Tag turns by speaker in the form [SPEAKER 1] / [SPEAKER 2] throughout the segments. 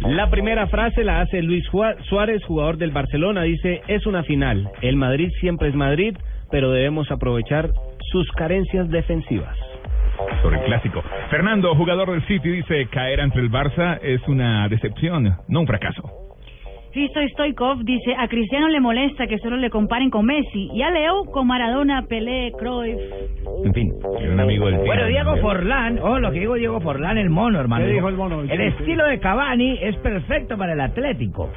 [SPEAKER 1] La primera frase la hace Luis Jua- Suárez, jugador del Barcelona. Dice, es una final. El Madrid siempre es Madrid, pero debemos aprovechar sus carencias defensivas.
[SPEAKER 2] sobre el clásico. Fernando, jugador del City, dice caer ante el Barça es una decepción, no un fracaso.
[SPEAKER 3] Risto Stoikov dice, a Cristiano le molesta que solo le comparen con Messi y a Leo con Maradona, Pelé, Cruyff.
[SPEAKER 2] En fin, era un amigo del City.
[SPEAKER 4] Bueno, Diego Forlán, oh, lo que digo Diego Forlán, el mono, hermano.
[SPEAKER 5] ¿Qué dijo el mono? Sí, sí.
[SPEAKER 4] estilo de Cavani es perfecto para el Atlético.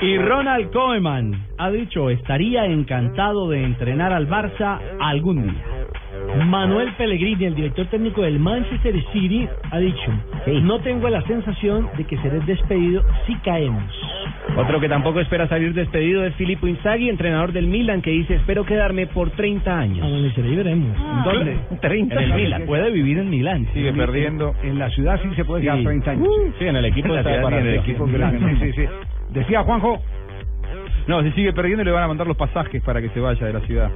[SPEAKER 1] Y Ronald Koeman ha dicho, estaría encantado de entrenar al Barça algún día.
[SPEAKER 6] Manuel Pellegrini, el director técnico del Manchester City, ha dicho,
[SPEAKER 4] Sí.
[SPEAKER 6] no tengo la sensación de que seré despedido si caemos.
[SPEAKER 1] Otro que tampoco espera salir despedido es Filippo Inzaghi, entrenador del Milan, que dice, espero quedarme por 30 años.
[SPEAKER 6] Amaneceré y veremos.
[SPEAKER 3] Ah.
[SPEAKER 5] ¿Dónde?
[SPEAKER 1] 30 en el Milan. Puede vivir en Milán.
[SPEAKER 2] Sigue perdiendo.
[SPEAKER 5] En la ciudad sí se puede quedar 30 años.
[SPEAKER 1] Sí, en el equipo
[SPEAKER 2] En la
[SPEAKER 1] está
[SPEAKER 2] ciudad
[SPEAKER 1] para
[SPEAKER 2] tiene
[SPEAKER 1] arriba.
[SPEAKER 2] el equipo
[SPEAKER 5] Sí, sí, sí. Decía Juanjo,
[SPEAKER 2] No, si sigue perdiendo le van a mandar los pasajes para que se vaya de la ciudad.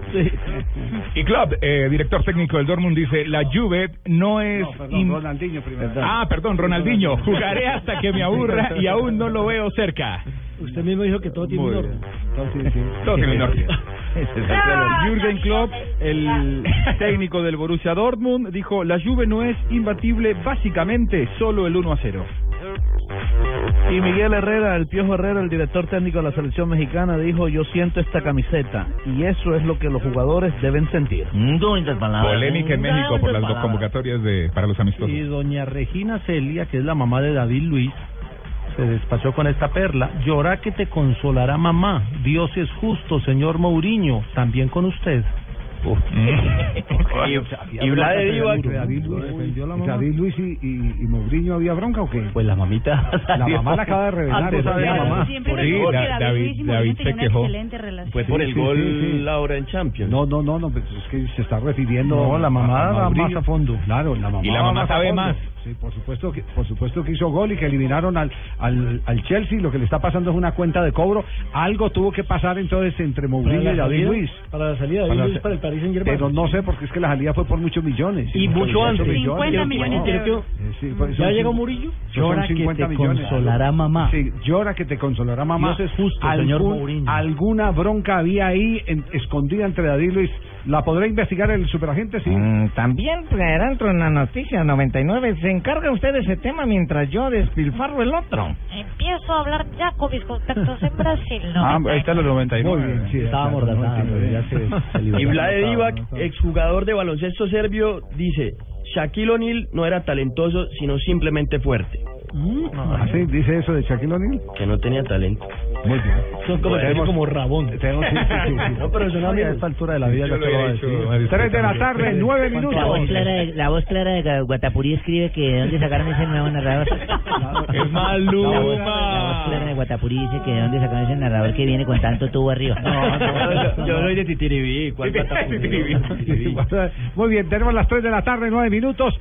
[SPEAKER 2] Y Klopp, eh, director técnico del Dortmund, dice, la Juve no es...
[SPEAKER 5] no, perdón,
[SPEAKER 2] im-
[SPEAKER 5] Ronaldinho primero.
[SPEAKER 2] Ah, perdón, Ronaldinho, jugaré hasta que me aburra y aún no lo veo cerca.
[SPEAKER 6] Usted mismo dijo que todo tiene un
[SPEAKER 2] Muy
[SPEAKER 6] orden.
[SPEAKER 5] Entonces, sí.
[SPEAKER 2] Todo tiene un norte.
[SPEAKER 7] Jürgen Klopp,
[SPEAKER 2] El técnico del Borussia Dortmund dijo, la Juve no es imbatible, básicamente solo el 1 a 0.
[SPEAKER 8] Y Miguel Herrera, el Piojo Herrera, el director técnico de la selección mexicana, dijo, yo siento esta camiseta y eso es lo que los jugadores deben sentir.
[SPEAKER 4] Bonitas
[SPEAKER 5] Ah,
[SPEAKER 4] palabras.
[SPEAKER 2] Polémica en México por las
[SPEAKER 4] Bonitas
[SPEAKER 2] dos
[SPEAKER 4] palabras.
[SPEAKER 2] convocatorias de para los amistosos.
[SPEAKER 8] Y doña Regina Celia, que es la mamá de David Luis, se despachó con esta perla, llorá que te consolará mamá, Dios es justo, señor Mourinho, también con usted.
[SPEAKER 2] Mm.
[SPEAKER 1] Y, y Vlade Divac,
[SPEAKER 5] David Luis,
[SPEAKER 8] defendió la mamá.
[SPEAKER 5] David Luis y, y, y Mourinho, ¿había bronca o qué?
[SPEAKER 1] Pues la mamita.
[SPEAKER 5] La mamá la acaba de revelar.
[SPEAKER 8] Algo
[SPEAKER 5] eso
[SPEAKER 8] sabe
[SPEAKER 5] sí,
[SPEAKER 8] la
[SPEAKER 5] la
[SPEAKER 8] mamá.
[SPEAKER 3] Siempre
[SPEAKER 2] por
[SPEAKER 3] me dijo
[SPEAKER 2] ahí,
[SPEAKER 3] que
[SPEAKER 2] Da- David-
[SPEAKER 3] Luis y Moreno
[SPEAKER 2] David se
[SPEAKER 3] tenían una
[SPEAKER 2] quejó. Pues
[SPEAKER 3] excelente relación.
[SPEAKER 1] Fue por el
[SPEAKER 5] Sí, sí,
[SPEAKER 1] gol
[SPEAKER 5] sí, sí.
[SPEAKER 1] Laura en Champions.
[SPEAKER 5] No, no, no, no, pues es que se está refiriendo.
[SPEAKER 8] No, la mamá
[SPEAKER 5] a- a
[SPEAKER 8] va más
[SPEAKER 5] Mourinho.
[SPEAKER 8] a fondo.
[SPEAKER 5] Claro, la mamá.
[SPEAKER 2] Y la
[SPEAKER 5] va
[SPEAKER 2] mamá
[SPEAKER 5] a
[SPEAKER 2] sabe
[SPEAKER 5] fondo.
[SPEAKER 2] más.
[SPEAKER 5] Sí, por supuesto que por supuesto que hizo gol y que eliminaron al, al al Chelsea. Lo que le está pasando es una cuenta de cobro. Algo tuvo que pasar entonces entre Mourinho y David
[SPEAKER 6] salida,
[SPEAKER 5] Luis.
[SPEAKER 6] para la salida de David
[SPEAKER 5] Para la-
[SPEAKER 6] Luis para el Paris Saint
[SPEAKER 5] Pero
[SPEAKER 6] Germain.
[SPEAKER 5] no sé, porque es que la salida fue por muchos millones.
[SPEAKER 6] Y mucho antes.
[SPEAKER 3] 50 millones de euros.
[SPEAKER 5] Eh, sí, pues,
[SPEAKER 6] ¿Ya
[SPEAKER 5] son
[SPEAKER 6] llegó
[SPEAKER 5] cin-
[SPEAKER 6] Murillo?
[SPEAKER 5] son
[SPEAKER 6] Llora que
[SPEAKER 5] 50
[SPEAKER 6] te
[SPEAKER 5] millones.
[SPEAKER 6] consolará mamá.
[SPEAKER 5] Sí, llora que te consolará mamá.
[SPEAKER 6] Dios es justo,
[SPEAKER 5] Algún-
[SPEAKER 6] señor Mourinho.
[SPEAKER 5] Alguna bronca había ahí en- escondida entre David Luis. ¿La podrá investigar el superagente? Sí.
[SPEAKER 4] Mm, también traerá dentro en la noticia 99. Se encarga usted de ese tema mientras yo despilfarro el otro.
[SPEAKER 7] Empiezo a hablar ya con mis contactos en Brasil. ¿no?
[SPEAKER 2] Ah, ahí está los 99.
[SPEAKER 5] Muy bien, sí.
[SPEAKER 6] Estaba
[SPEAKER 5] exacto,
[SPEAKER 6] amordazado,
[SPEAKER 5] no, sí,
[SPEAKER 6] ya se- se liberó.
[SPEAKER 1] Y Vlade
[SPEAKER 6] Estaba
[SPEAKER 1] Divac,
[SPEAKER 6] amordazado.
[SPEAKER 1] exjugador de baloncesto serbio, dice, Shaquille O'Neal no era talentoso, sino simplemente fuerte,
[SPEAKER 5] Ah, sí, dice eso de Shaquille O'Neal.
[SPEAKER 1] que no tenía talento.
[SPEAKER 5] Muy bien.
[SPEAKER 6] Son comentarios como Rabón.
[SPEAKER 5] Tenemos, sí, sí, sí, sí.
[SPEAKER 6] No, pero son
[SPEAKER 5] Oye,
[SPEAKER 6] amigos.
[SPEAKER 5] a esta altura de la
[SPEAKER 2] Yo
[SPEAKER 5] vida ya
[SPEAKER 2] lo
[SPEAKER 5] te
[SPEAKER 2] he
[SPEAKER 5] lo va a
[SPEAKER 2] dicho,
[SPEAKER 5] decir.
[SPEAKER 2] Mario,
[SPEAKER 5] Tres de la
[SPEAKER 2] también.
[SPEAKER 5] tarde, nueve minutos.
[SPEAKER 4] La voz clara de, la voz clara de Gua- Guatapurí escribe que de dónde sacaron ese nuevo narrador.
[SPEAKER 2] Es
[SPEAKER 4] La voz, la
[SPEAKER 2] Maluma.
[SPEAKER 4] voz clara de Guatapurí dice que de dónde sacaron ese narrador que viene con tanto tubo arriba.
[SPEAKER 1] Yo soy de Titiribí, ¿cuál pata-
[SPEAKER 5] Muy bien, tenemos las tres de la tarde, nueve minutos.